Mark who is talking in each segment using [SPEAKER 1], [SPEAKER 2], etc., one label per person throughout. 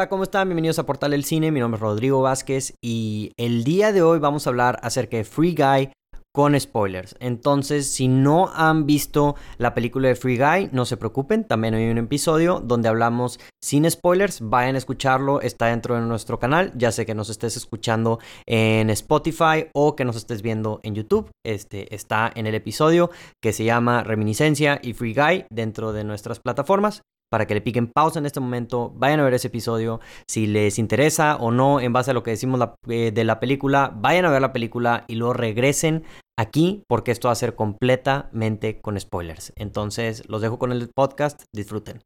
[SPEAKER 1] Hola, ¿cómo están? Bienvenidos a Portal del Cine. Mi nombre es Rodrigo Vázquez y el día de hoy vamos a hablar acerca de Free Guy con spoilers. Entonces, si no han visto la película de Free Guy, no se preocupen. También hay un episodio donde hablamos sin spoilers. Vayan a escucharlo, está dentro de nuestro canal. Ya sé que nos estés escuchando en Spotify o que nos estés viendo en YouTube. Este está en el episodio que se llama Reminiscencia y Free Guy dentro de nuestras plataformas para que le piquen pausa en este momento, vayan a ver ese episodio, si les interesa o no en base a lo que decimos la, eh, de la película, vayan a ver la película y luego regresen aquí porque esto va a ser completamente con spoilers. Entonces los dejo con el podcast, disfruten.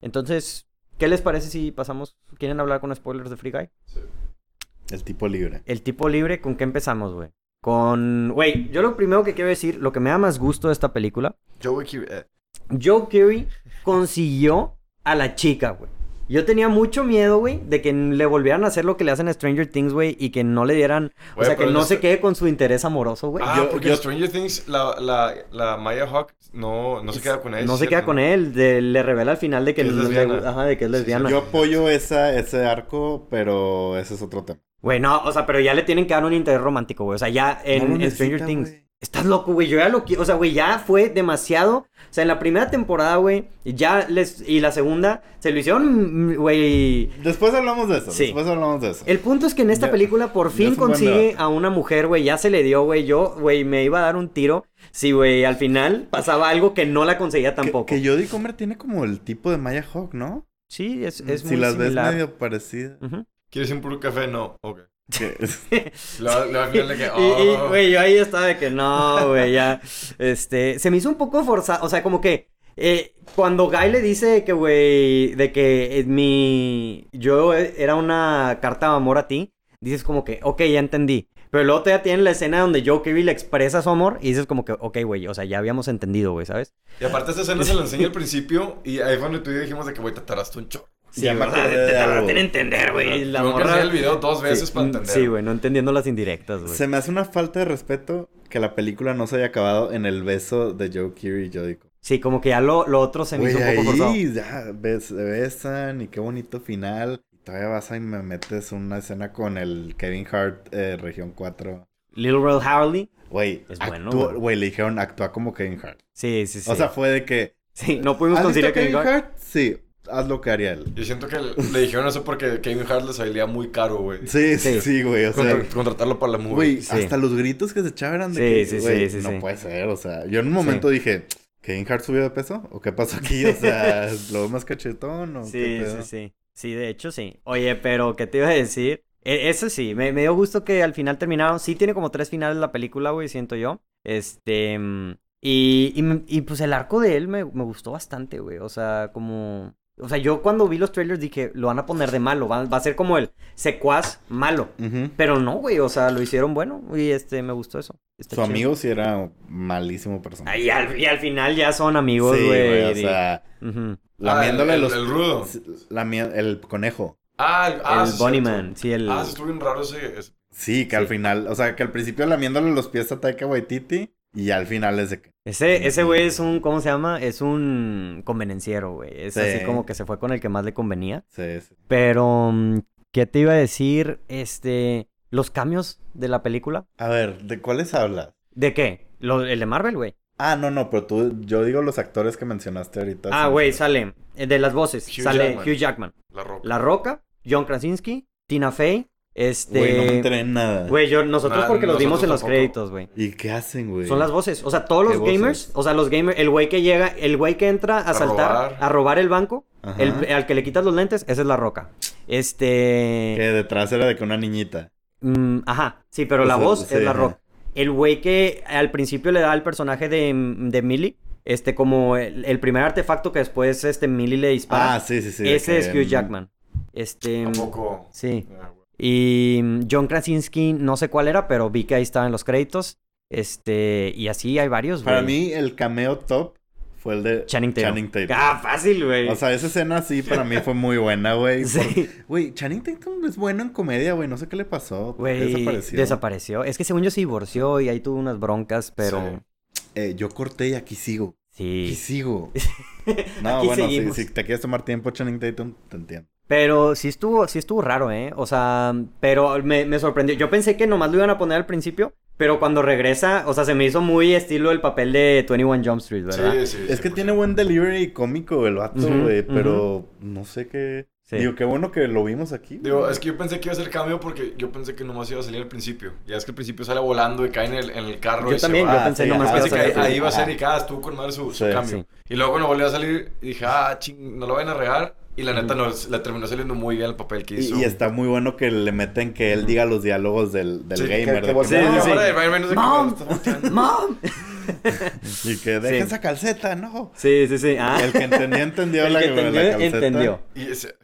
[SPEAKER 1] Entonces, ¿qué les parece si pasamos? ¿Quieren hablar con spoilers de Free Guy?
[SPEAKER 2] El tipo libre.
[SPEAKER 1] El tipo libre, ¿con qué empezamos, güey? Con... Güey, yo lo primero que quiero decir, lo que me da más gusto de esta película,
[SPEAKER 2] Joey Kir- eh,
[SPEAKER 1] Joe Curry consiguió a la chica, güey. Yo tenía mucho miedo, güey, de que le volvieran a hacer lo que le hacen a Stranger Things, güey, y que no le dieran... o
[SPEAKER 3] Güey,
[SPEAKER 1] sea, que
[SPEAKER 3] pero
[SPEAKER 1] no
[SPEAKER 3] no
[SPEAKER 1] se
[SPEAKER 3] sé-
[SPEAKER 1] quede con su interés amoroso, güey.
[SPEAKER 3] Ah,
[SPEAKER 2] Yo-
[SPEAKER 3] porque
[SPEAKER 2] yo-
[SPEAKER 3] en Stranger Things, la, la, la Maya Hawk no, no se queda con él.
[SPEAKER 1] No se queda con e-, él, de- le revela al final de que,
[SPEAKER 3] Que es
[SPEAKER 1] no le-
[SPEAKER 3] lesbiana.
[SPEAKER 1] ajá, de que es
[SPEAKER 3] sí,
[SPEAKER 1] lesbiana.
[SPEAKER 2] Yo apoyo esa, ese arco, pero ese es otro tema.
[SPEAKER 1] Güey, no, o sea, pero ya le tienen que dar un interés romántico, güey. O sea, ya en,
[SPEAKER 2] No lo
[SPEAKER 1] en
[SPEAKER 2] necesita,
[SPEAKER 1] Stranger Things.
[SPEAKER 2] güey.
[SPEAKER 1] Estás loco, güey. Yo ya lo quiero. O sea, güey, ya fue demasiado. O sea, en la primera temporada, güey, ya les. Y la segunda, se lo hicieron, mm, güey.
[SPEAKER 2] Después hablamos de eso.
[SPEAKER 1] Sí.
[SPEAKER 2] Después hablamos de eso.
[SPEAKER 1] El punto es que en esta
[SPEAKER 2] Ya-
[SPEAKER 1] película por
[SPEAKER 2] ya
[SPEAKER 1] fin
[SPEAKER 2] es un buen
[SPEAKER 1] consigue
[SPEAKER 2] debate.
[SPEAKER 1] a una mujer, güey. Ya se le dio, güey. Yo, güey, me iba a dar un tiro si, güey, al final pasaba algo que no la conseguía
[SPEAKER 2] Que-
[SPEAKER 1] tampoco.
[SPEAKER 2] Que, Jodie Comer tiene como el tipo de Maya Hawk, ¿no?
[SPEAKER 1] Sí, es, es
[SPEAKER 2] si
[SPEAKER 1] muy
[SPEAKER 2] las
[SPEAKER 1] similar.
[SPEAKER 2] ves medio parecida.
[SPEAKER 1] Ujú.
[SPEAKER 3] ¿Quieres un puro café? No. Ok.
[SPEAKER 2] Que-
[SPEAKER 3] Luego luego al final de que.
[SPEAKER 1] Y- Y,
[SPEAKER 3] oh.
[SPEAKER 1] güey, yo ahí estaba de que no, güey, ya. Este, se me hizo un poco forzado, o sea, como que eh, cuando Guy le dice que, güey, de que eh, mi. Yo eh, era una carta de amor a ti, dices como que, ok, ya entendí. Pero luego todavía tienen la escena donde Joe Kirby le expresa su amor y dices como que, ok, güey, o sea, ya habíamos entendido, güey, ¿sabes?
[SPEAKER 3] Y aparte, esta escena se la enseña al principio. Y ahí fue donde tú y yo dijimos de que, güey, te tardaste un chorro.
[SPEAKER 2] Sí, ya me acordé de algo.
[SPEAKER 1] en entender, güey. La
[SPEAKER 3] Tengo que
[SPEAKER 1] morra...
[SPEAKER 3] hacer el video dos veces
[SPEAKER 1] Sí, mm,
[SPEAKER 3] para entender.
[SPEAKER 1] Sí, güey, no entendiendo las indirectas, güey.
[SPEAKER 2] Se me hace una falta de respeto que la película no se haya acabado en el beso de Joe Keery y Jodie Comer.
[SPEAKER 1] Sí, como que ya lo, lo otro se me
[SPEAKER 2] Güey,
[SPEAKER 1] hizo un poco forzado.
[SPEAKER 2] ahí ya bes- se besan y qué bonito final. Y todavía vas y me metes una escena con el Kevin Hart, eh, Región 4.
[SPEAKER 1] Little Red Harley.
[SPEAKER 2] Güey,
[SPEAKER 1] Es bueno,
[SPEAKER 2] actuó-
[SPEAKER 1] güey.
[SPEAKER 2] güey, le dijeron actúa como Kevin Hart.
[SPEAKER 1] Sí, sí, sí.
[SPEAKER 2] O sea, fue de que.
[SPEAKER 1] Sí, no pudimos
[SPEAKER 2] ¿Has visto
[SPEAKER 1] conseguir a Kevin Hart.
[SPEAKER 2] Sí, haz lo que haría él.
[SPEAKER 3] Yo siento que le dijeron eso porque Kevin Hart le salía muy caro, güey.
[SPEAKER 2] Sí,
[SPEAKER 1] Sí.
[SPEAKER 2] sí, sí, güey. O sea,
[SPEAKER 3] Contra- contratarlo para la movie. Ah,
[SPEAKER 2] güey,
[SPEAKER 1] Sí.
[SPEAKER 2] hasta los gritos que se echaban eran de
[SPEAKER 1] Sí,
[SPEAKER 2] que.
[SPEAKER 1] sí, sí,
[SPEAKER 2] güey,
[SPEAKER 1] sí,
[SPEAKER 2] no
[SPEAKER 1] sí.
[SPEAKER 2] puede ser. O sea, yo en un momento dije, ¿Kevin Hart subió de peso? ¿O qué pasó aquí? O sea, ¿lo veo más cachetón? ¿O qué
[SPEAKER 1] Sí, sí,
[SPEAKER 2] pedo?
[SPEAKER 1] sí. Sí, de hecho, sí. Oye, pero, ¿qué te iba a decir? E- eso sí, me, me dio gusto que al final terminaron. Sí tiene como tres finales la película, güey, siento yo. Este... mm, Y, y, me- y, pues el arco de él me, me gustó bastante, güey. O sea, como... O sea, yo cuando vi los trailers dije, lo van a poner de malo. Va, va a ser como el secuaz malo.
[SPEAKER 2] Ujú.
[SPEAKER 1] Pero no, güey. O sea, lo hicieron bueno. Y este, me gustó eso. Está
[SPEAKER 2] Su
[SPEAKER 1] chido.
[SPEAKER 2] amigo sí era un malísimo personaje.
[SPEAKER 1] Ay, Y al, y al final ya son amigos,
[SPEAKER 2] sí,
[SPEAKER 1] güey.
[SPEAKER 2] güey. O
[SPEAKER 1] y-
[SPEAKER 2] sea,
[SPEAKER 1] Ujú.
[SPEAKER 2] lamiéndole
[SPEAKER 3] Ah, el-
[SPEAKER 2] los.
[SPEAKER 3] el rudo.
[SPEAKER 2] lamia- el conejo.
[SPEAKER 3] Ah, el, ah,
[SPEAKER 1] el
[SPEAKER 3] sí,
[SPEAKER 1] Bunny
[SPEAKER 3] cierto.
[SPEAKER 1] Man, sí, el...
[SPEAKER 3] Ah, sí, estuvo bien raro ese. ese.
[SPEAKER 2] Sí, que al
[SPEAKER 1] Sí.
[SPEAKER 2] final, o sea, que al principio lamiéndole los pies a Taika Waititi y al final es de que
[SPEAKER 1] Ese, ese güey es un, ¿cómo se llama? Es un convenenciero, güey. Es
[SPEAKER 2] Sí.
[SPEAKER 1] así como que se fue con el que más le convenía.
[SPEAKER 2] se- se-
[SPEAKER 1] Pero, mm, ¿qué te iba a decir? Este, los cambios de la película.
[SPEAKER 2] A ver, ¿de cuáles hablas?
[SPEAKER 1] ¿De qué? Lo- el de Marvel, güey.
[SPEAKER 2] Ah, no, no, pero tú, yo digo los actores que mencionaste ahorita.
[SPEAKER 1] Ah,
[SPEAKER 2] sí.
[SPEAKER 1] güey, sale. eh, De las voces.
[SPEAKER 3] Hugh
[SPEAKER 1] sale
[SPEAKER 3] Jackman.
[SPEAKER 1] Hugh Jackman.
[SPEAKER 3] La roca.
[SPEAKER 1] La Roca, John Krasinski, Tina Fey. Este.
[SPEAKER 2] Güey, no me enteré en nada.
[SPEAKER 1] Güey, yo, nosotros
[SPEAKER 3] Nah,
[SPEAKER 1] porque los vimos
[SPEAKER 3] nosotros
[SPEAKER 1] en los
[SPEAKER 3] tampoco.
[SPEAKER 1] créditos, güey.
[SPEAKER 2] ¿Y qué hacen, güey?
[SPEAKER 1] Son las voces. O sea, todos los
[SPEAKER 2] ¿Qué voces?
[SPEAKER 1] gamers. O sea, los gamers. El güey que llega, el güey que entra a,
[SPEAKER 3] A
[SPEAKER 1] saltar,
[SPEAKER 3] robar.
[SPEAKER 1] a robar el banco.
[SPEAKER 2] Ajá.
[SPEAKER 1] El- al que le quitas los lentes, esa es la roca.
[SPEAKER 2] Que
[SPEAKER 1] Este.
[SPEAKER 2] detrás era de que una niñita.
[SPEAKER 1] mm, ajá, sí, pero la
[SPEAKER 2] O sea,
[SPEAKER 1] voz
[SPEAKER 2] sí,
[SPEAKER 1] es la
[SPEAKER 2] ajá.
[SPEAKER 1] roca. El güey que al principio le da al personaje de, de Millie, este, como el, el primer artefacto que después este Millie le dispara.
[SPEAKER 2] Ah, sí, sí, sí. de
[SPEAKER 1] ese es
[SPEAKER 2] que, mm,
[SPEAKER 1] Hugh Jackman. Este.
[SPEAKER 3] Tampoco.
[SPEAKER 1] Sí.
[SPEAKER 3] Ah, güey.
[SPEAKER 1] Y mm, John Krasinski, no sé cuál era, pero vi que ahí estaba en los créditos. Este. Y así hay varios,
[SPEAKER 2] Para
[SPEAKER 1] güey.
[SPEAKER 2] mí, el cameo top fue el de
[SPEAKER 1] Channing Tatum.
[SPEAKER 2] Channing Tatum.
[SPEAKER 1] Ah, fácil, güey.
[SPEAKER 2] Este, O sea, esa escena sí para mí fue muy buena, güey.
[SPEAKER 1] Sí.
[SPEAKER 2] por- Güey, Channing Tatum es bueno en comedia, güey. No sé qué le pasó. ¿por qué
[SPEAKER 1] Güey,
[SPEAKER 2] desapareció.
[SPEAKER 1] desapareció. Es que según yo se divorció y ahí tuvo unas broncas, pero
[SPEAKER 2] Eh, yo corté y aquí sigo. Aquí
[SPEAKER 1] sí.
[SPEAKER 2] sigo. No,
[SPEAKER 1] Aquí
[SPEAKER 2] bueno, si,
[SPEAKER 1] seguimos.
[SPEAKER 2] si te quieres tomar tiempo, Channing Tatum, te entiendo.
[SPEAKER 1] Pero sí estuvo, sí estuvo raro, ¿eh? O sea, pero me, me sorprendió. Yo pensé que nomás lo iban a poner al principio, pero cuando regresa, o sea, se me hizo muy estilo el papel de 21 Jump Street, ¿verdad?
[SPEAKER 3] Sí, sí,
[SPEAKER 2] Es que
[SPEAKER 3] 100%.
[SPEAKER 2] tiene buen delivery cómico el vato,
[SPEAKER 1] Ujú,
[SPEAKER 2] güey.
[SPEAKER 1] ujú.
[SPEAKER 2] Pero no sé qué.
[SPEAKER 1] Sí.
[SPEAKER 2] Digo, qué bueno que lo vimos aquí.
[SPEAKER 3] Digo,
[SPEAKER 2] güey.
[SPEAKER 3] es que yo pensé que iba a ser cambio porque yo pensé que nomás iba a salir al principio. Ya es que al principio sale volando y cae en el, en el carro.
[SPEAKER 1] Yo
[SPEAKER 3] y se
[SPEAKER 1] también,
[SPEAKER 3] va.
[SPEAKER 1] yo
[SPEAKER 2] ah,
[SPEAKER 1] pensé
[SPEAKER 2] sí,
[SPEAKER 1] nomás
[SPEAKER 2] ajá,
[SPEAKER 1] que
[SPEAKER 3] Así
[SPEAKER 2] sí,
[SPEAKER 1] iba
[SPEAKER 3] que
[SPEAKER 1] a
[SPEAKER 3] ahí,
[SPEAKER 1] salir.
[SPEAKER 3] ahí iba a
[SPEAKER 2] Ajá.
[SPEAKER 3] ser y cada estuvo con madre su, su
[SPEAKER 2] Sí,
[SPEAKER 3] cambio.
[SPEAKER 1] sí.
[SPEAKER 3] Y luego cuando volvió a salir dije, ah, ching, no lo van a regar. Y la neta no, la terminó saliendo muy bien el papel que hizo.
[SPEAKER 2] Y, y está muy bueno que le meten que él diga los diálogos del, del
[SPEAKER 3] Sí, que-
[SPEAKER 2] gamer.
[SPEAKER 3] que
[SPEAKER 2] de
[SPEAKER 3] voltea
[SPEAKER 2] que,
[SPEAKER 1] Sí,
[SPEAKER 3] la
[SPEAKER 1] sí,
[SPEAKER 3] cámara
[SPEAKER 1] sí.
[SPEAKER 3] y va y menos de que,
[SPEAKER 1] Mom.
[SPEAKER 3] "Está volteando".
[SPEAKER 1] ¡Mom!
[SPEAKER 2] Y que deja
[SPEAKER 1] Sí.
[SPEAKER 2] esa calceta, no.
[SPEAKER 1] Sí, sí, sí. Ah.
[SPEAKER 2] El que entendió, entendió
[SPEAKER 1] El
[SPEAKER 2] la,
[SPEAKER 1] que
[SPEAKER 2] la
[SPEAKER 1] entendió,
[SPEAKER 2] calceta.
[SPEAKER 1] entendió.
[SPEAKER 3] Y ese-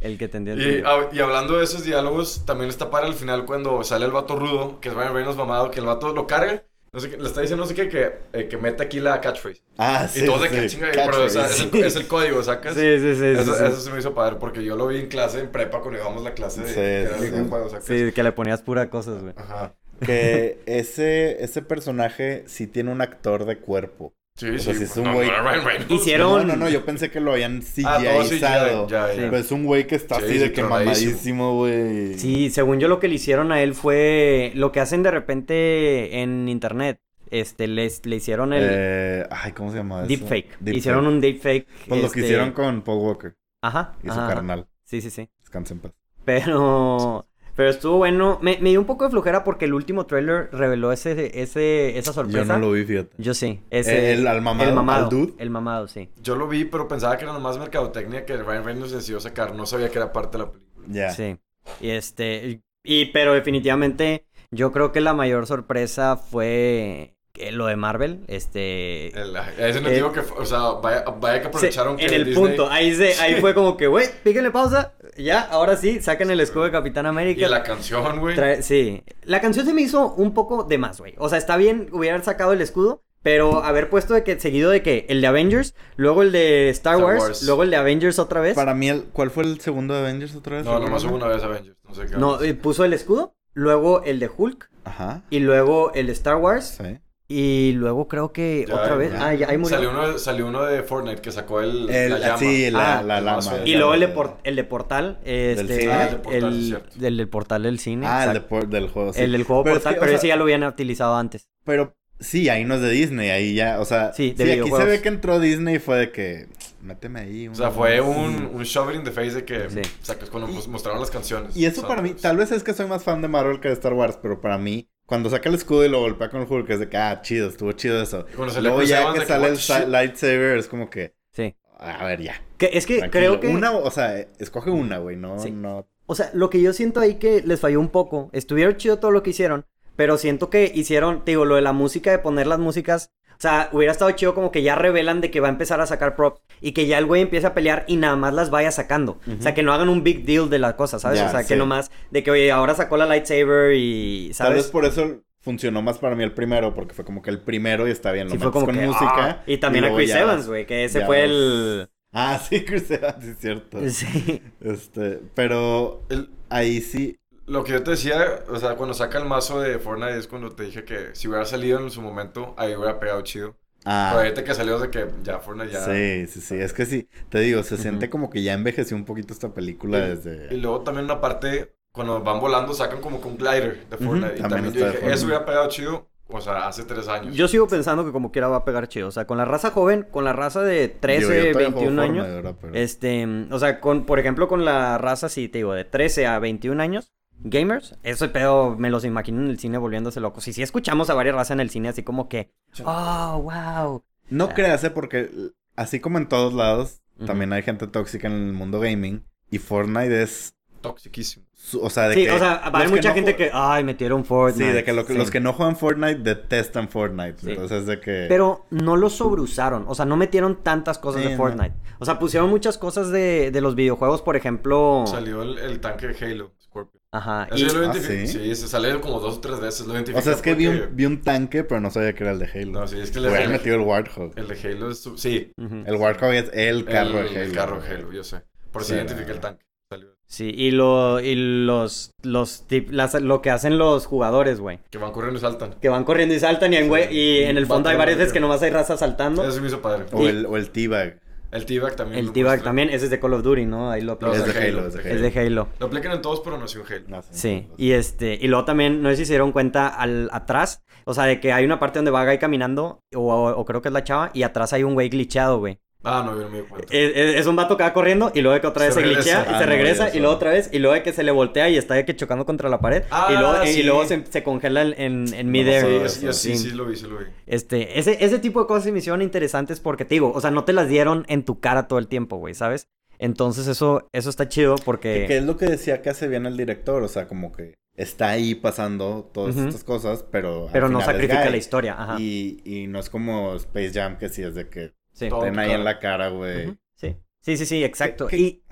[SPEAKER 1] El que entendió,
[SPEAKER 3] Y, ah,
[SPEAKER 1] entendió.
[SPEAKER 3] a- y hablando de esos diálogos, también está para el final cuando sale el vato rudo, que es Ryan Reynolds mamado, que el vato lo carga, no sé qué, le está diciendo no sé qué, que, eh, que mete aquí la catchphrase.
[SPEAKER 2] Ah,
[SPEAKER 3] Y
[SPEAKER 2] sí.
[SPEAKER 3] todos de que
[SPEAKER 2] sí.
[SPEAKER 3] chinga, pero o sea, es, el, es el código, ¿sacas?
[SPEAKER 1] Sí, sí, sí. sí,
[SPEAKER 3] Eso,
[SPEAKER 1] sí.
[SPEAKER 3] eso se me hizo padre porque yo lo vi en clase, en prepa, cuando íbamos a la clase de
[SPEAKER 2] Sí,
[SPEAKER 3] que era
[SPEAKER 2] sí,
[SPEAKER 3] el
[SPEAKER 2] sí.
[SPEAKER 3] código, ¿sacas?
[SPEAKER 1] Sí, que le ponías pura cosas, güey.
[SPEAKER 3] Ajá.
[SPEAKER 2] Que ese, ese personaje sí tiene un actor de cuerpo.
[SPEAKER 3] Sí,
[SPEAKER 2] O
[SPEAKER 3] sí.
[SPEAKER 2] sea, si es un
[SPEAKER 3] no,
[SPEAKER 2] güey-
[SPEAKER 3] no, Ryan Reynolds.
[SPEAKER 1] Hicieron-
[SPEAKER 2] No, no, no, yo pensé que lo habían
[SPEAKER 3] Ah, todo sí, ya,
[SPEAKER 2] CGI-izado.
[SPEAKER 3] ya,
[SPEAKER 1] Sí.
[SPEAKER 3] ya.
[SPEAKER 2] Pero es un güey que está
[SPEAKER 3] Sí,
[SPEAKER 2] así de
[SPEAKER 3] sí,
[SPEAKER 2] que
[SPEAKER 3] tronadísimo.
[SPEAKER 2] mamadísimo, güey.
[SPEAKER 1] Sí, según yo lo que le hicieron a él fue lo que hacen de repente en internet. Este, les, le hicieron el
[SPEAKER 2] Eh, ay, ¿cómo se llama eso?
[SPEAKER 1] deepfake.
[SPEAKER 2] Deepfake.
[SPEAKER 1] hicieron un deepfake.
[SPEAKER 2] Pues lo
[SPEAKER 1] este,
[SPEAKER 2] que hicieron con Paul Walker
[SPEAKER 1] Ajá.
[SPEAKER 2] y su
[SPEAKER 1] ajá, ajá.
[SPEAKER 2] carnal.
[SPEAKER 1] Sí, sí, sí.
[SPEAKER 2] Descansen en paz.
[SPEAKER 1] Pero. Pero estuvo bueno. Me, me dio un poco de flojera porque el último trailer reveló ese, ese, esa sorpresa.
[SPEAKER 2] Yo no lo vi, fíjate.
[SPEAKER 1] Yo sí. Ese,
[SPEAKER 2] El- al mamado,
[SPEAKER 1] El mamado. Eh,
[SPEAKER 2] al dude.
[SPEAKER 1] El mamado, sí.
[SPEAKER 3] Yo lo vi, pero pensaba que era nomás mercadotecnia que Ryan Reynolds decidió sacar. No sabía que era parte de la película.
[SPEAKER 2] Ya.
[SPEAKER 1] Sí. Y este. Y, pero definitivamente. Yo creo que la mayor sorpresa fue que lo de Marvel. Este.
[SPEAKER 3] El- a ese no digo que, fue- o sea, vaya, vaya que
[SPEAKER 1] Sí,
[SPEAKER 3] aprovecharon que
[SPEAKER 1] en el
[SPEAKER 3] Disney-
[SPEAKER 1] punto, ahí, se, ahí fue como que, güey, píquenle pausa, ya, ahora sí, saquen el escudo de Capitán
[SPEAKER 3] Y
[SPEAKER 1] América.
[SPEAKER 3] la canción, güey.
[SPEAKER 1] Trae- sí, la canción se me hizo un poco de más, güey. O sea, está bien, hubieran sacado el escudo, pero haber puesto de que seguido de que el de Avengers, luego el de Star,
[SPEAKER 3] Star
[SPEAKER 1] Wars,
[SPEAKER 3] Wars.
[SPEAKER 1] luego el de Avengers otra vez.
[SPEAKER 2] Para mí, el, ¿cuál fue el segundo de Avengers otra vez?
[SPEAKER 3] No, nomás
[SPEAKER 2] ¿Recuerdas?
[SPEAKER 3] hubo una vez Avengers. No sé qué.
[SPEAKER 1] No, eh, puso el escudo, luego el de Hulk
[SPEAKER 2] Ajá.
[SPEAKER 1] y luego el de Star Wars
[SPEAKER 2] Sí.
[SPEAKER 1] y luego creo que
[SPEAKER 3] Ya,
[SPEAKER 1] otra vez,
[SPEAKER 3] ya.
[SPEAKER 1] ah, ya, ahí murió.
[SPEAKER 3] Salió uno, salió uno de Fortnite que sacó el,
[SPEAKER 2] El,
[SPEAKER 3] la llama.
[SPEAKER 2] Sí, la,
[SPEAKER 1] Ah,
[SPEAKER 2] la
[SPEAKER 3] el
[SPEAKER 2] lama.
[SPEAKER 3] mazo.
[SPEAKER 1] Y luego el de, por- el de Portal, este,
[SPEAKER 2] cine.
[SPEAKER 3] Ah, el de Portal,
[SPEAKER 1] el-
[SPEAKER 3] es cierto.
[SPEAKER 1] del- del Portal del cine.
[SPEAKER 2] Ah, el de
[SPEAKER 1] exacto.
[SPEAKER 2] por- del juego. sí.
[SPEAKER 1] El del juego
[SPEAKER 2] Pero es
[SPEAKER 1] portal,
[SPEAKER 2] que, o
[SPEAKER 1] pero
[SPEAKER 2] sea-
[SPEAKER 1] ese ya lo habían utilizado antes.
[SPEAKER 2] Pero sí, ahí no es de Disney, ahí ya, o sea,
[SPEAKER 1] Sí,
[SPEAKER 2] sí,
[SPEAKER 1] de
[SPEAKER 2] aquí se
[SPEAKER 1] videojuegos.
[SPEAKER 2] ve que entró Disney y fue de que méteme ahí.
[SPEAKER 3] O sea, fue un, un shovel in the face de que
[SPEAKER 1] Sí.
[SPEAKER 3] sacas cuando
[SPEAKER 2] Y-
[SPEAKER 3] mos- mostraron las canciones. pues,
[SPEAKER 2] Y eso para mí, tal vez es que soy más fan de Marvel que de Star Wars, pero para mí, cuando saca el escudo y lo golpea con el Hulk, es de que, ah, chido, estuvo chido eso.
[SPEAKER 3] Cuando se le
[SPEAKER 2] Luego ya
[SPEAKER 3] cruzaban
[SPEAKER 2] que
[SPEAKER 3] de que,
[SPEAKER 2] sale
[SPEAKER 3] what
[SPEAKER 2] el
[SPEAKER 3] the
[SPEAKER 2] sa-
[SPEAKER 3] shit.
[SPEAKER 2] lightsaber, es como que,
[SPEAKER 1] Sí.
[SPEAKER 2] a ver, ya.
[SPEAKER 1] Que, es que
[SPEAKER 2] tranquilo.
[SPEAKER 1] creo que.
[SPEAKER 2] Una, o sea, eh, escoge una, güey, no,
[SPEAKER 1] Sí.
[SPEAKER 2] no.
[SPEAKER 1] O sea, lo que yo siento ahí que les falló un poco. Estuvieron chido todo lo que hicieron. Pero siento que hicieron, te digo, lo de la música, de poner las músicas. O sea, hubiera estado chido como que ya revelan de que va a empezar a sacar props y que ya el güey empiece a pelear y nada más las vaya sacando. O sea, que no hagan un big deal de la cosa, ¿sabes?
[SPEAKER 2] Ya,
[SPEAKER 1] o sea, que
[SPEAKER 2] sí.
[SPEAKER 1] nomás de que, oye, ahora sacó la lightsaber y,
[SPEAKER 2] Tal vez
[SPEAKER 1] ¿sabes?
[SPEAKER 2] por eso funcionó más para mí el primero, porque fue como que el primero y está bien, lo
[SPEAKER 1] Sí,
[SPEAKER 2] metes
[SPEAKER 1] fue como
[SPEAKER 2] con
[SPEAKER 1] que,
[SPEAKER 2] música.
[SPEAKER 1] ah, y también a
[SPEAKER 2] luego
[SPEAKER 1] Chris
[SPEAKER 2] ya-
[SPEAKER 1] Evans, güey, que ese
[SPEAKER 2] ya
[SPEAKER 1] fue
[SPEAKER 2] vas.
[SPEAKER 1] el...
[SPEAKER 2] Ah, sí, Chris Evans, sí, es cierto.
[SPEAKER 1] Sí.
[SPEAKER 2] Este, pero
[SPEAKER 3] El-
[SPEAKER 2] ahí sí,
[SPEAKER 3] lo que yo te decía, o sea, cuando saca el mazo de Fortnite es cuando te dije que si hubiera salido en su momento, ahí hubiera pegado chido. Pero
[SPEAKER 2] ah,
[SPEAKER 3] ahorita que salió es de que ya Fortnite ya...
[SPEAKER 2] sí, sí, sí, es que sí, te digo, se
[SPEAKER 1] Ujú.
[SPEAKER 2] siente como que ya envejeció un poquito esta película
[SPEAKER 3] Y
[SPEAKER 2] desde...
[SPEAKER 3] luego también una parte, cuando van volando, sacan como que un glider de Fortnite. y
[SPEAKER 2] también
[SPEAKER 3] también
[SPEAKER 2] está
[SPEAKER 3] yo
[SPEAKER 2] de
[SPEAKER 3] dije,
[SPEAKER 2] Fortnite.
[SPEAKER 3] eso hubiera pegado chido, o sea, hace tres años.
[SPEAKER 1] Yo sigo pensando que como quiera va a pegar chido. O sea, con la raza joven, con la raza de 13,
[SPEAKER 2] Digo, yo todavía juego
[SPEAKER 1] 21 años.
[SPEAKER 2] Fortnite, ¿verdad? Pero-
[SPEAKER 1] Este, mm, o sea, con, por ejemplo, con la raza, sí, te digo, de 13 a 21 años, gamers, ese pedo me los imagino en el cine volviéndose locos. Y sí escuchamos a varias razas en el cine así como que, oh, wow.
[SPEAKER 2] No
[SPEAKER 1] Ah.
[SPEAKER 2] créase porque l- así como en todos lados,
[SPEAKER 1] Ujú.
[SPEAKER 2] también hay gente tóxica en el mundo gaming y Fortnite es,
[SPEAKER 3] Toxiquísimo.
[SPEAKER 2] su- o sea, de
[SPEAKER 1] Sí,
[SPEAKER 2] que...
[SPEAKER 1] o sea,
[SPEAKER 2] los
[SPEAKER 1] hay mucha
[SPEAKER 2] no
[SPEAKER 1] gente
[SPEAKER 2] jue-
[SPEAKER 1] que, ay, metieron Fortnite.
[SPEAKER 2] Sí, de que, lo que-
[SPEAKER 1] Sí.
[SPEAKER 2] los que no juegan Fortnite detestan Fortnite,
[SPEAKER 1] Sí.
[SPEAKER 2] entonces de que...
[SPEAKER 1] Pero no lo sobreusaron, o sea, no metieron tantas cosas
[SPEAKER 2] Sí,
[SPEAKER 1] de
[SPEAKER 2] no.
[SPEAKER 1] Fortnite. O sea, pusieron muchas cosas de, de los videojuegos, por ejemplo...
[SPEAKER 3] Salió el, el tanque de Halo, Scorpio.
[SPEAKER 1] Ajá.
[SPEAKER 3] Eso
[SPEAKER 1] Y,
[SPEAKER 3] yo lo
[SPEAKER 2] Ah,
[SPEAKER 3] identifiqué.
[SPEAKER 2] ¿sí?
[SPEAKER 3] ¿sí? se sale como dos o tres veces. Lo identifiqué.
[SPEAKER 2] O sea, es que vi
[SPEAKER 3] porque-
[SPEAKER 2] un, vi un tanque, pero no sabía que era el de Halo.
[SPEAKER 3] No, sí, es que el
[SPEAKER 2] Le
[SPEAKER 3] de
[SPEAKER 2] habían
[SPEAKER 3] Halo,
[SPEAKER 2] metido el Warthog.
[SPEAKER 3] el de Halo es. su- Sí,
[SPEAKER 1] ujú.
[SPEAKER 2] El Warthog es el carro
[SPEAKER 3] el,
[SPEAKER 2] de Halo.
[SPEAKER 3] el carro de Halo, yo sé. Por si
[SPEAKER 2] Será.
[SPEAKER 3] identifiqué el tanque. Salió.
[SPEAKER 1] Sí, y, lo, y los, los tip- las- lo que hacen los jugadores, güey.
[SPEAKER 3] Que van corriendo y saltan.
[SPEAKER 1] Que van corriendo y saltan y, en, güey, y en el fondo hay varias veces que nomás hay raza saltando.
[SPEAKER 3] Eso se me hizo padre.
[SPEAKER 2] O el, o el T-Bag.
[SPEAKER 3] El T-Bag también.
[SPEAKER 1] El
[SPEAKER 3] me
[SPEAKER 1] T-Bag
[SPEAKER 3] gusta.
[SPEAKER 1] también, ese es de Call of Duty, ¿no? Ahí lo
[SPEAKER 3] No,
[SPEAKER 1] aplican.
[SPEAKER 2] Es de Halo, es de
[SPEAKER 1] Es de Halo.
[SPEAKER 3] Lo aplican en todos, pero no es un Halo.
[SPEAKER 2] No sé.
[SPEAKER 1] Sí, y este, y luego también, no sé si se dieron cuenta al atrás, o sea, de que hay una parte donde va Guy caminando, o, o- o creo que es la chava, y atrás hay un güey glitchado, güey.
[SPEAKER 3] Ah, no, yo no me di cuenta.
[SPEAKER 1] Es, es- es un vato que va corriendo, y luego de que otra
[SPEAKER 3] Se
[SPEAKER 1] vez se,
[SPEAKER 3] regresa.
[SPEAKER 1] glitchea, y
[SPEAKER 2] Ah,
[SPEAKER 1] se
[SPEAKER 2] no,
[SPEAKER 1] regresa,
[SPEAKER 2] eso.
[SPEAKER 1] y luego otra vez, y luego de que se le voltea y está de que chocando contra la pared,
[SPEAKER 3] Ah,
[SPEAKER 1] y luego,
[SPEAKER 3] sí.
[SPEAKER 1] y luego se, se congela en, en, en
[SPEAKER 2] No,
[SPEAKER 1] midair.
[SPEAKER 2] sí,
[SPEAKER 3] Yo-
[SPEAKER 2] eso,
[SPEAKER 3] yo sí,
[SPEAKER 1] sí.
[SPEAKER 3] sí, lo vi, sí lo vi.
[SPEAKER 1] Este, ese, ese tipo de cosas se me hicieron interesantes porque te digo, o sea, no te las dieron en tu cara todo el tiempo, güey, ¿sabes? Entonces eso, eso está chido porque...
[SPEAKER 2] Que, que es lo que decía que hace bien el director, o sea, como que está ahí pasando todas
[SPEAKER 1] Ujú.
[SPEAKER 2] estas cosas, pero. al
[SPEAKER 1] pero no
[SPEAKER 2] final es
[SPEAKER 1] sacrifica
[SPEAKER 2] Guy.
[SPEAKER 1] la historia, ajá.
[SPEAKER 2] Y, y no es como Space Jam, que sí es de que
[SPEAKER 1] sí.
[SPEAKER 3] todo.
[SPEAKER 2] ten ahí
[SPEAKER 3] claro.
[SPEAKER 2] en la cara, güey.
[SPEAKER 1] Oh, Ujú, Sí. Sí, sí, sí, exacto.
[SPEAKER 2] que-
[SPEAKER 1] Y,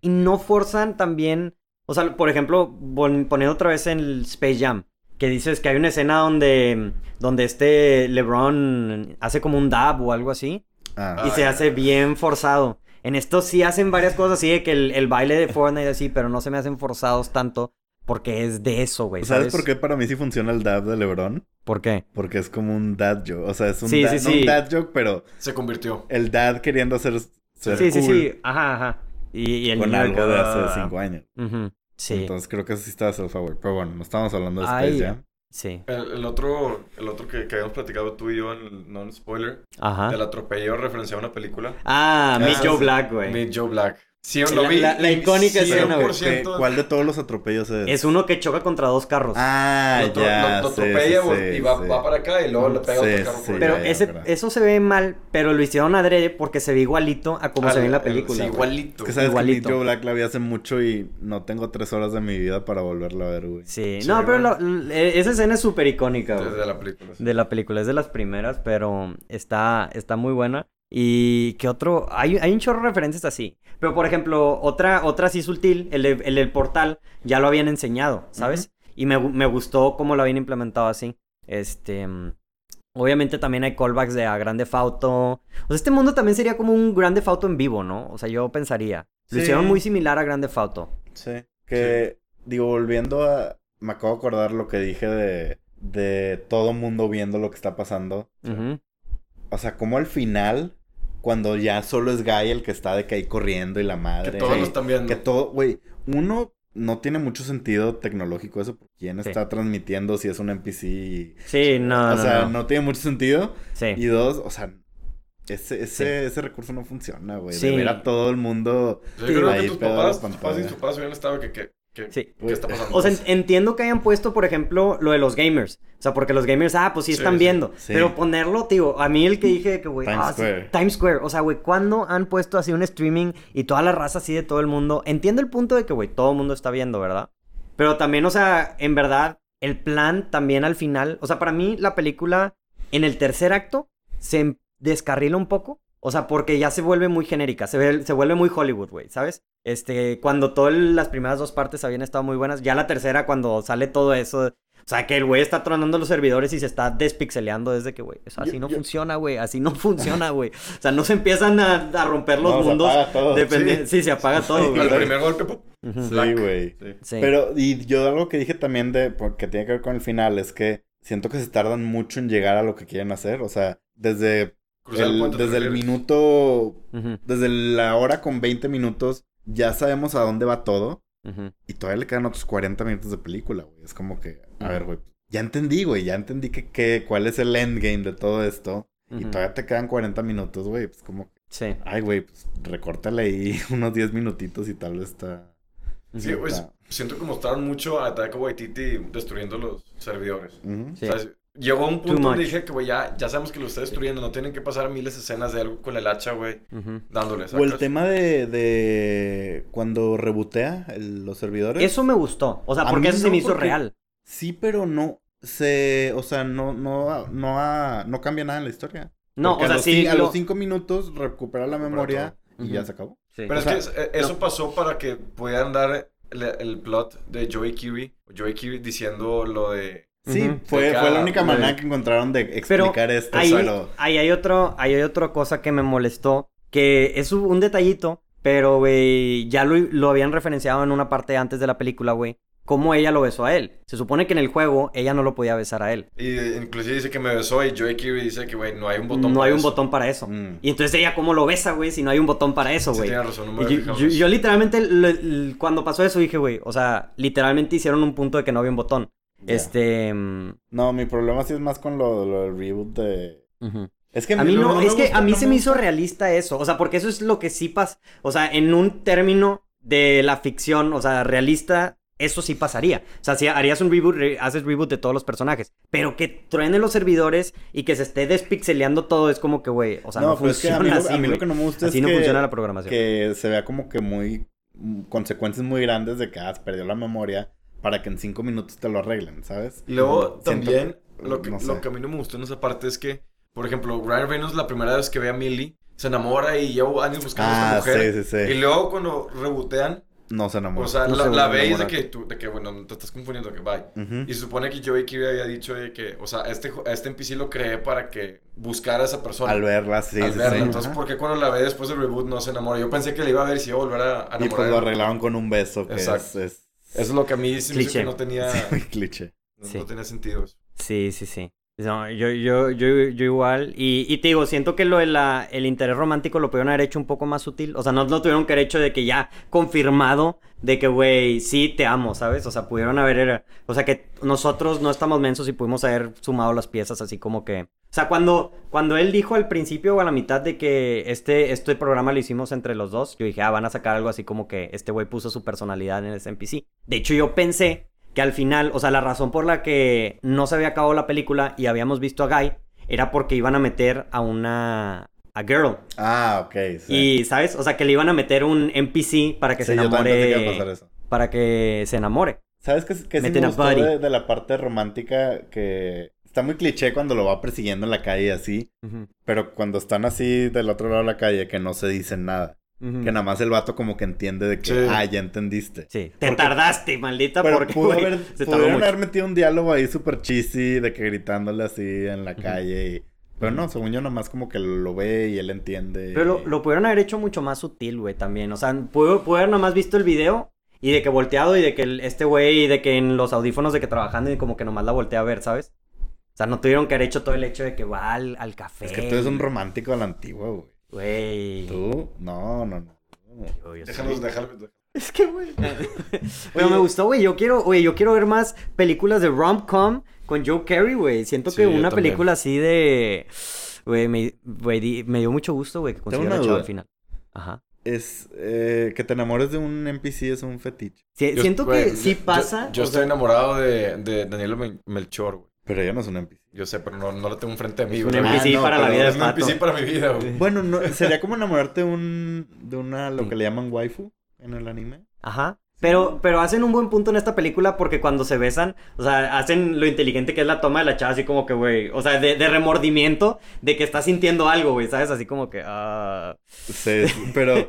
[SPEAKER 1] y no forzan también, o sea, por ejemplo, pon- poniendo otra vez en el Space Jam, que dices que hay una escena donde, donde este LeBron hace como un dab o algo así, y
[SPEAKER 2] Ah,
[SPEAKER 3] Ah,
[SPEAKER 1] se
[SPEAKER 3] ya,
[SPEAKER 1] hace
[SPEAKER 3] ya.
[SPEAKER 1] bien forzado. En esto sí hacen varias cosas así, de que el, el baile de Fortnite así, pero no se me hacen forzados tanto porque es de eso, güey. ¿sabes?
[SPEAKER 2] ¿Sabes por qué para mí sí funciona el dab de LeBron?
[SPEAKER 1] ¿Por qué?
[SPEAKER 2] Porque es como un dad joke. O sea, es un,
[SPEAKER 1] Sí,
[SPEAKER 2] dad,
[SPEAKER 1] sí,
[SPEAKER 2] no un
[SPEAKER 1] sí.
[SPEAKER 2] dad joke, pero
[SPEAKER 3] Se convirtió.
[SPEAKER 2] el dad queriendo ser, ser
[SPEAKER 1] Sí, sí,
[SPEAKER 2] cool
[SPEAKER 1] sí, ajá, ajá. Y, y el
[SPEAKER 2] con
[SPEAKER 1] niño
[SPEAKER 2] algo de
[SPEAKER 1] acá-
[SPEAKER 2] hace cinco años.
[SPEAKER 1] Ujú, Sí,
[SPEAKER 2] Entonces creo que eso sí está a su favor. Pero bueno, no estamos hablando de Space
[SPEAKER 1] Ay.
[SPEAKER 2] Jam.
[SPEAKER 1] sí,
[SPEAKER 3] El, el otro, el otro que, que habíamos platicado tú y yo en el non-spoiler,
[SPEAKER 1] ajá.
[SPEAKER 3] del atropello referenciado a una película.
[SPEAKER 1] Ah, Meet
[SPEAKER 3] Ah,
[SPEAKER 1] Joe
[SPEAKER 3] sí.
[SPEAKER 1] Black, güey.
[SPEAKER 3] Meet Joe Black. Sí,
[SPEAKER 1] Sí,
[SPEAKER 3] lo
[SPEAKER 1] la-
[SPEAKER 3] vi.
[SPEAKER 1] la- la
[SPEAKER 3] y
[SPEAKER 1] icónica escena, güey.
[SPEAKER 3] 100%
[SPEAKER 2] ¿Qué- ¿Cuál de todos los atropellos es?
[SPEAKER 1] Es uno que choca contra dos carros.
[SPEAKER 2] Ah,
[SPEAKER 3] lo, tro-
[SPEAKER 2] ya.
[SPEAKER 3] lo- lo
[SPEAKER 2] sí,
[SPEAKER 3] atropella
[SPEAKER 2] sí,
[SPEAKER 3] güey, y
[SPEAKER 2] sí,
[SPEAKER 3] va,
[SPEAKER 2] sí.
[SPEAKER 3] va para acá y luego le
[SPEAKER 2] Sí,
[SPEAKER 3] pega otro carro.
[SPEAKER 2] sí,
[SPEAKER 3] por-
[SPEAKER 1] pero
[SPEAKER 2] ya, ya,
[SPEAKER 1] ese,
[SPEAKER 2] verdad.
[SPEAKER 1] eso se ve mal, pero lo hicieron adrede porque se ve igualito a como
[SPEAKER 3] Ah,
[SPEAKER 1] se ve en la
[SPEAKER 3] el- el-
[SPEAKER 1] película.
[SPEAKER 3] sí,
[SPEAKER 1] güey.
[SPEAKER 3] igualito.
[SPEAKER 2] Es que sabes
[SPEAKER 1] Igualito.
[SPEAKER 2] que Meet Joe Black la vi hace mucho y no tengo tres horas de mi vida para volverla a ver, güey.
[SPEAKER 1] Sí,
[SPEAKER 3] Sí,
[SPEAKER 1] no, pero
[SPEAKER 3] güey.
[SPEAKER 1] lo- l- e- esa escena es súper icónica, güey,
[SPEAKER 3] Desde la película. sí.
[SPEAKER 1] De la película, es de las primeras, pero está, está muy buena. Y qué otro, hay, hay un chorro de referencias así. Pero por ejemplo, otra, otra así sutil, el, de- el del portal, ya lo habían enseñado, ¿sabes? Y me, gu- me gustó cómo lo habían implementado así. Este. mm, Obviamente también hay callbacks de a Grande Fauto. O sea, este mundo también sería como un Grande Fauto en vivo, ¿no? O sea, yo pensaría. Lo
[SPEAKER 2] Sí.
[SPEAKER 1] hicieron muy similar a Grande Fauto.
[SPEAKER 2] Sí. Que, digo, volviendo a... Me acabo de acordar lo que dije de, de todo mundo viendo lo que está pasando. O sea, como al final, cuando ya solo es Guy el que está de que ahí corriendo y la madre.
[SPEAKER 3] Que todos lo están viendo.
[SPEAKER 2] Que todo, güey, uno no tiene mucho sentido tecnológico eso. porque ¿Quién
[SPEAKER 1] Sí.
[SPEAKER 2] está transmitiendo si es un NPC? y-
[SPEAKER 1] Sí, no,
[SPEAKER 2] o
[SPEAKER 1] no,
[SPEAKER 2] sea,
[SPEAKER 1] no.
[SPEAKER 2] no. tiene mucho sentido.
[SPEAKER 1] Sí.
[SPEAKER 2] Y dos, o sea, ese, ese, ese recurso no funciona, güey.
[SPEAKER 1] Sí.
[SPEAKER 2] De ver a todo el mundo.
[SPEAKER 3] Yo creo
[SPEAKER 2] Ahí
[SPEAKER 3] que tus
[SPEAKER 2] pegado a
[SPEAKER 3] papás,
[SPEAKER 2] la
[SPEAKER 3] tus papás y
[SPEAKER 2] pantalla. Pues,
[SPEAKER 3] tus papás hubieran estado que... que, que
[SPEAKER 1] Sí.
[SPEAKER 3] ¿Qué está pasando?
[SPEAKER 1] O sea, en- entiendo que hayan puesto, por ejemplo, lo de los gamers. O sea, porque los gamers, ah, pues sí
[SPEAKER 3] Sí,
[SPEAKER 1] están
[SPEAKER 3] sí,
[SPEAKER 1] viendo.
[SPEAKER 2] sí.
[SPEAKER 1] Pero ponerlo, tío, a mí el que dije que, güey,
[SPEAKER 2] Times
[SPEAKER 1] ah, sí,
[SPEAKER 2] Square.
[SPEAKER 1] Times Square. O sea, güey, ¿cuándo han puesto así un streaming y toda la raza así de todo el mundo? Entiendo el punto de que, güey, todo el mundo está viendo, ¿verdad? Pero también, o sea, en verdad, el plan también al final. O sea, para mí, la película en el tercer acto se em- descarrila un poco. O sea, porque ya se vuelve muy genérica, se, ve- se vuelve muy Hollywood, güey, ¿sabes? Este, cuando todas las primeras dos partes habían estado muy buenas, ya la tercera, cuando sale todo eso, o sea, que el güey está tronando los servidores y se está despixeleando desde que, güey, o sea, así
[SPEAKER 2] Yo-
[SPEAKER 1] no
[SPEAKER 2] yo-
[SPEAKER 1] funciona, güey, así no funciona, güey. O sea, no se empiezan a, a romper los
[SPEAKER 2] No, se
[SPEAKER 1] mundos.
[SPEAKER 2] apaga todo,
[SPEAKER 1] dependi- sí. se apaga todo,
[SPEAKER 3] Al
[SPEAKER 1] güey.
[SPEAKER 3] primer golpe, ¡pum!
[SPEAKER 1] Ujú.
[SPEAKER 2] Sí, güey.
[SPEAKER 3] Sí.
[SPEAKER 1] Sí.
[SPEAKER 2] Pero, y yo algo que dije también de, porque tiene que ver con el final, es que siento que se tardan mucho en llegar a lo que quieren hacer. O sea, desde
[SPEAKER 3] Cruzar el
[SPEAKER 2] el-
[SPEAKER 3] puente, Pues, ¿te
[SPEAKER 2] desde el
[SPEAKER 3] refieres?
[SPEAKER 2] minuto,
[SPEAKER 1] Ujú,
[SPEAKER 2] desde la hora con 20 minutos, ya sabemos a dónde va todo.
[SPEAKER 1] ujú.
[SPEAKER 2] Y todavía le quedan otros 40 minutos de película, güey. Es como que, a
[SPEAKER 1] Ujú.
[SPEAKER 2] ver, güey, ya entendí, güey, ya entendí que, que- cuál es el endgame de todo esto. Y
[SPEAKER 1] Ujú.
[SPEAKER 2] todavía te quedan 40 minutos, güey. Pues como,
[SPEAKER 1] Sí.
[SPEAKER 2] ay, güey, pues recórtale ahí unos 10 minutitos y tal vez está...
[SPEAKER 3] Sí,
[SPEAKER 1] Ujú.
[SPEAKER 3] güey,
[SPEAKER 2] está-
[SPEAKER 3] siento que mostraron mucho a Taika Waititi destruyendo los servidores.
[SPEAKER 2] Ujú.
[SPEAKER 1] Sí.
[SPEAKER 3] ¿Sabes? Llegó un
[SPEAKER 1] Too
[SPEAKER 3] punto donde
[SPEAKER 1] much.
[SPEAKER 3] dije que, güey, ya, ya sabemos que lo está destruyendo. No tienen que pasar miles de escenas de algo con el hacha, güey,
[SPEAKER 1] Ujú.
[SPEAKER 3] dándole.
[SPEAKER 2] O el
[SPEAKER 3] ¿sacas?
[SPEAKER 2] tema de, de cuando rebotea el- los servidores.
[SPEAKER 1] Eso me gustó. O sea,
[SPEAKER 2] A
[SPEAKER 1] porque
[SPEAKER 2] mí
[SPEAKER 1] eso se
[SPEAKER 2] no,
[SPEAKER 1] me hizo
[SPEAKER 2] porque-
[SPEAKER 1] real.
[SPEAKER 2] Sí, pero no se... O sea, no, no, no, ha- no cambia nada en la historia.
[SPEAKER 1] No, o
[SPEAKER 2] Porque a
[SPEAKER 1] sea,
[SPEAKER 2] los
[SPEAKER 1] sí.
[SPEAKER 2] cin- A
[SPEAKER 1] lo-
[SPEAKER 2] los 5 minutos recupera la memoria
[SPEAKER 1] todo.
[SPEAKER 2] y
[SPEAKER 1] Ujú.
[SPEAKER 2] ya se acabó.
[SPEAKER 1] Sí.
[SPEAKER 3] Pero
[SPEAKER 2] o
[SPEAKER 3] es
[SPEAKER 2] sea,
[SPEAKER 3] que es- eh, eso pasó para que pudieran dar el, el plot de Joey Kiri, Joey Kiri diciendo lo de...
[SPEAKER 2] Sí,
[SPEAKER 1] Ujú.
[SPEAKER 2] fue,
[SPEAKER 3] De
[SPEAKER 2] fue la
[SPEAKER 3] cada-
[SPEAKER 2] única
[SPEAKER 3] de-
[SPEAKER 2] manera que encontraron de
[SPEAKER 1] Pero
[SPEAKER 2] explicar esto.
[SPEAKER 1] ahí,
[SPEAKER 2] pero-
[SPEAKER 1] ahí hay otro, ahí hay otra cosa que me molestó, que es un un detallito, pero güey, ya lo, lo habían referenciado en una parte antes de la película, güey. Cómo ella lo besó a él. Se supone que en el juego ella no lo podía besar a él.
[SPEAKER 3] Y eh, inclusive dice que me besó y Joey Kiri dice que, güey, no hay un botón
[SPEAKER 1] No
[SPEAKER 3] para
[SPEAKER 1] hay un
[SPEAKER 3] eso.
[SPEAKER 1] botón para eso.
[SPEAKER 2] Mm.
[SPEAKER 1] Y entonces ella cómo lo besa, güey, si no hay un botón para eso,
[SPEAKER 3] Sí,
[SPEAKER 1] güey.
[SPEAKER 3] tiene razón, no me
[SPEAKER 1] Y
[SPEAKER 3] había
[SPEAKER 1] yo,
[SPEAKER 3] fijado
[SPEAKER 1] yo-
[SPEAKER 3] en eso.
[SPEAKER 1] yo literalmente, lo- l- cuando pasó eso, dije, güey, o sea, literalmente hicieron un punto de que no había un botón.
[SPEAKER 2] Ya.
[SPEAKER 1] Este... mm,
[SPEAKER 2] No, mi problema sí es más con lo, lo del reboot de...
[SPEAKER 1] ujú.
[SPEAKER 2] Es que
[SPEAKER 1] A mí
[SPEAKER 2] lo-
[SPEAKER 1] no,
[SPEAKER 2] me
[SPEAKER 1] es que
[SPEAKER 2] gusta,
[SPEAKER 1] a mí
[SPEAKER 2] no
[SPEAKER 1] se me hizo realista eso. O sea, porque eso es lo que sí pasa. O sea, en un término de la ficción, o sea, realista, eso sí pasaría. O sea, si harías un reboot, re- haces reboot de todos los personajes. Pero que truenen los servidores y que se esté despixeleando todo, es como que, güey, o sea, no,
[SPEAKER 2] pues es que
[SPEAKER 1] funciona
[SPEAKER 2] a mí, lo-
[SPEAKER 1] así,
[SPEAKER 2] a mí lo
[SPEAKER 1] güey.
[SPEAKER 2] que no me gusta
[SPEAKER 1] Así
[SPEAKER 2] es
[SPEAKER 1] no
[SPEAKER 2] que,
[SPEAKER 1] funciona la programación.
[SPEAKER 2] que se vea como que muy... mm, Consecuencias muy grandes de que has perdido la memoria para que en cinco minutos te lo arreglen, ¿sabes?
[SPEAKER 3] Y luego
[SPEAKER 2] Siento-
[SPEAKER 3] también, lo que,
[SPEAKER 2] no
[SPEAKER 3] lo
[SPEAKER 2] sé.
[SPEAKER 3] que a mí no me gustó en esa parte es que, por ejemplo, Ryan Reynolds la primera vez que ve a Millie se enamora y lleva años buscando a
[SPEAKER 2] Ah,
[SPEAKER 3] esta
[SPEAKER 2] sí,
[SPEAKER 3] mujer.
[SPEAKER 2] sí,
[SPEAKER 3] Y
[SPEAKER 2] sí.
[SPEAKER 3] luego cuando rebotean,
[SPEAKER 2] No se enamoró.
[SPEAKER 3] o sea,
[SPEAKER 1] No
[SPEAKER 3] la,
[SPEAKER 1] se
[SPEAKER 3] la
[SPEAKER 1] vuelve a
[SPEAKER 3] ve y dice
[SPEAKER 1] enamorar.
[SPEAKER 3] que, tú- de que, bueno, te estás confundiendo, que bye.
[SPEAKER 2] Ujú.
[SPEAKER 3] Y se supone que Joey Kiri había dicho de que, o sea, este, jo- este NPC lo creé para que buscara a esa persona.
[SPEAKER 2] Al verla, sí,
[SPEAKER 3] al
[SPEAKER 2] sí,
[SPEAKER 3] verla.
[SPEAKER 2] sí.
[SPEAKER 3] Entonces,
[SPEAKER 2] Ajá.
[SPEAKER 3] ¿por qué cuando la ve después del reboot no se enamora? Yo pensé que le iba a ver si iba a volver a, a
[SPEAKER 2] Y pues
[SPEAKER 3] enamorar.
[SPEAKER 2] lo arreglaron con un beso, que es-
[SPEAKER 3] Exacto.
[SPEAKER 2] es,
[SPEAKER 3] Eso es lo que a mí se me hizo
[SPEAKER 1] Cliché.
[SPEAKER 3] que no tenía,
[SPEAKER 2] sí, muy cliché.
[SPEAKER 3] no,
[SPEAKER 1] Sí.
[SPEAKER 3] no tenía sentido.
[SPEAKER 1] Sí, sí, sí. No, yo, yo, yo, yo igual. Y, y te digo, siento que lo de la- el interés romántico lo pudieron haber hecho un poco más sutil. O sea, no lo tuvieron que haber hecho de que ya confirmado de que, güey, sí te amo, ¿sabes? O sea, pudieron haber. eh, O sea, que nosotros no estamos mensos y pudimos haber sumado las piezas así como que. O sea, cuando, cuando él dijo al principio o a la mitad de que este, este programa lo hicimos entre los dos, yo dije, ah, van a sacar algo así como que este güey puso su personalidad en ese NPC. De hecho, yo pensé que al final, o sea, la razón por la que no se había acabado la película y habíamos visto a Guy era porque iban a meter a una a girl.
[SPEAKER 2] Ah, ok, sí.
[SPEAKER 1] Y, ¿sabes? O sea, que le iban a meter un NPC para que
[SPEAKER 2] Sí,
[SPEAKER 1] se
[SPEAKER 2] yo también pensé que iba a pasar
[SPEAKER 1] enamore.
[SPEAKER 2] eso.
[SPEAKER 1] Para que se enamore.
[SPEAKER 2] ¿Sabes qué, qué sí
[SPEAKER 1] Meten a
[SPEAKER 2] me gustó
[SPEAKER 1] Buddy.
[SPEAKER 2] de, de la parte romántica que está muy cliché cuando lo va persiguiendo en la calle y así, pero cuando están así del otro lado de la calle que no se dicen nada, que nada más el vato como que entiende de que,
[SPEAKER 3] Sí.
[SPEAKER 2] ah, ya entendiste.
[SPEAKER 1] Sí. Te
[SPEAKER 2] Porque-
[SPEAKER 1] tardaste, maldita,
[SPEAKER 2] Pero
[SPEAKER 1] porque
[SPEAKER 2] pudo
[SPEAKER 1] güey,
[SPEAKER 2] haber,
[SPEAKER 1] se tardó
[SPEAKER 2] pudieron
[SPEAKER 1] mucho.
[SPEAKER 2] haber metido un diálogo ahí súper cheesy de que gritándole así en la
[SPEAKER 1] Ujú.
[SPEAKER 2] calle y... Pero no, según yo nomás como que lo ve y él entiende.
[SPEAKER 1] Pero
[SPEAKER 2] y-
[SPEAKER 1] lo, lo pudieron haber hecho mucho más sutil, güey, también. O sea, pudo, pudo haber nomás visto el video y de que volteado y de que el- este güey, y de que en los audífonos de que trabajando y como que nomás la voltea a ver, ¿sabes? O sea, no tuvieron que haber hecho todo el hecho de que va al, al café.
[SPEAKER 2] Es que tú eres un romántico a la antigua, güey.
[SPEAKER 1] Güey.
[SPEAKER 2] ¿Tú? No, no, no.
[SPEAKER 1] Yo- yo
[SPEAKER 3] Déjanos,
[SPEAKER 1] soy-
[SPEAKER 3] déjalos.
[SPEAKER 1] Es que, güey. Pero me gustó, güey. Yo quiero, güey, yo quiero ver más películas de rom-com con Joe Carey, güey. Siento
[SPEAKER 3] Sí,
[SPEAKER 1] que
[SPEAKER 3] yo
[SPEAKER 1] una
[SPEAKER 3] también.
[SPEAKER 1] película así de. Güey, me, güey, di- me dio mucho gusto, güey, que consiguiera
[SPEAKER 2] una
[SPEAKER 1] chavo
[SPEAKER 2] duda.
[SPEAKER 1] al final. Ajá.
[SPEAKER 2] Es eh, que te enamores de un NPC es un fetiche.
[SPEAKER 1] Sí,
[SPEAKER 3] Yo-
[SPEAKER 1] siento
[SPEAKER 3] güey,
[SPEAKER 1] que sí
[SPEAKER 3] yo-
[SPEAKER 1] pasa.
[SPEAKER 3] Yo, yo
[SPEAKER 1] o
[SPEAKER 3] estoy enamorado de, de Daniel Mel- Melchor, güey.
[SPEAKER 2] Pero ella no es un NPC.
[SPEAKER 3] Yo sé, pero no, no lo tengo enfrente de mí,
[SPEAKER 1] Es
[SPEAKER 3] güey.
[SPEAKER 1] un
[SPEAKER 2] Ah,
[SPEAKER 1] NPC
[SPEAKER 2] no,
[SPEAKER 1] para la
[SPEAKER 2] pero
[SPEAKER 1] vida
[SPEAKER 3] Es
[SPEAKER 1] de
[SPEAKER 3] un
[SPEAKER 1] pato.
[SPEAKER 3] NPC para mi vida, güey.
[SPEAKER 2] Bueno, no, sería como enamorarte de un de una lo que le llaman waifu en el anime.
[SPEAKER 1] Ajá. Pero, pero hacen un buen punto en esta película porque cuando se besan, o sea, hacen lo inteligente que es la toma de la chava, así como que, güey, o sea, de, de remordimiento de que está sintiendo algo, güey, ¿sabes? Así como que, ah.
[SPEAKER 2] Sí, sí, pero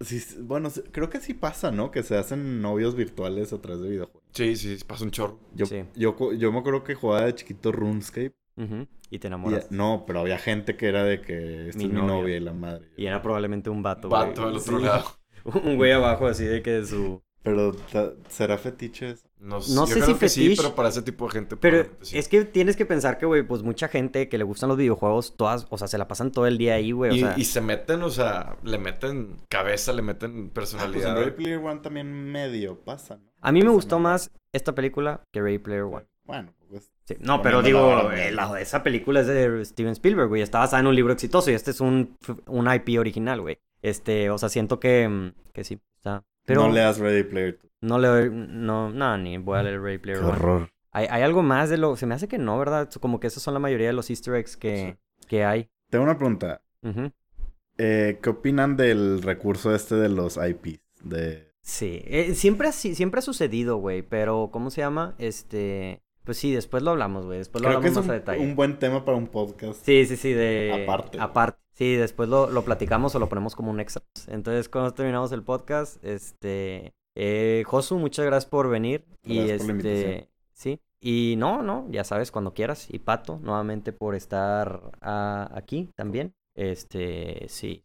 [SPEAKER 2] sí, sí, bueno, sí, creo que sí pasa, ¿no? Que se hacen novios virtuales a través de videojuegos.
[SPEAKER 3] Sí, sí, pasa un chorro.
[SPEAKER 2] Yo,
[SPEAKER 1] Sí.
[SPEAKER 2] yo, cu- yo me acuerdo que jugaba de chiquito RuneScape.
[SPEAKER 1] ujú, Y te
[SPEAKER 2] y-
[SPEAKER 1] enamoras.
[SPEAKER 2] no, pero había gente que era de que esta
[SPEAKER 1] Mi
[SPEAKER 2] es mi
[SPEAKER 1] novia.
[SPEAKER 2] novia y la madre.
[SPEAKER 1] Y era probablemente un vato, güey.
[SPEAKER 3] Pato del otro
[SPEAKER 1] Sí.
[SPEAKER 3] lado.
[SPEAKER 1] Un güey abajo así de que de su...
[SPEAKER 2] Pero ta- será fetiche eso?
[SPEAKER 1] No
[SPEAKER 3] No, yo
[SPEAKER 1] sé
[SPEAKER 3] creo
[SPEAKER 1] si
[SPEAKER 3] que sí,
[SPEAKER 1] fetiche.
[SPEAKER 3] pero para ese tipo de gente.
[SPEAKER 1] Pero
[SPEAKER 3] probablemente pues sí.
[SPEAKER 1] es que tienes que pensar que, güey, pues mucha gente que le gustan los videojuegos, todas, o sea, se la pasan todo el día ahí, güey. O
[SPEAKER 3] y,
[SPEAKER 1] sea,
[SPEAKER 3] y se meten, o sea, le meten cabeza, le meten
[SPEAKER 2] Ah, pues en
[SPEAKER 3] personalidad.
[SPEAKER 2] Ready Player One también medio pasa, ¿no?
[SPEAKER 1] a mí
[SPEAKER 3] pues
[SPEAKER 1] me gustó más esta película que Ready Player One.
[SPEAKER 2] Bueno, pues.
[SPEAKER 1] Sí, No,
[SPEAKER 2] Poniendo
[SPEAKER 1] pero
[SPEAKER 2] la
[SPEAKER 1] digo,
[SPEAKER 2] vara muy
[SPEAKER 1] eh, la-
[SPEAKER 2] alta.
[SPEAKER 1] esa película es de Steven Spielberg, güey. Está basada en un libro exitoso y este es un, un IP original, güey. Este, o sea, siento que, mm, que sí, está. Pero
[SPEAKER 2] No leas Ready Player 2.
[SPEAKER 1] no le doy, no, no, ni voy a leer Ready Player One.
[SPEAKER 2] horror.
[SPEAKER 1] Hay, hay algo más de lo. Se me hace que no, ¿verdad? Como que esos son la mayoría de los Easter eggs que, que hay.
[SPEAKER 2] Tengo una pregunta.
[SPEAKER 1] Ujú.
[SPEAKER 2] Eh, ¿Qué opinan del recurso este de los IPs? De...
[SPEAKER 1] Sí. Eh, siempre, así, siempre ha sucedido, güey. Pero, ¿cómo se llama? Este. Pues sí, después lo hablamos, güey. Después Pues lo
[SPEAKER 2] Creo que es
[SPEAKER 1] hablamos más
[SPEAKER 2] un,
[SPEAKER 1] a detalle.
[SPEAKER 2] un buen tema para un podcast.
[SPEAKER 1] Sí, sí, sí, de...
[SPEAKER 2] Aparte.
[SPEAKER 1] Aparte. Sí, después lo, lo platicamos o lo ponemos como un extra. Entonces, cuando terminamos el podcast, este... Eh, Josu, muchas gracias por venir.
[SPEAKER 2] Gracias
[SPEAKER 1] y
[SPEAKER 2] por la
[SPEAKER 1] este,
[SPEAKER 2] invitación.
[SPEAKER 1] sí. Y no, no, ya sabes, cuando quieras. Y Pato, nuevamente por estar ah, aquí también. Este, sí.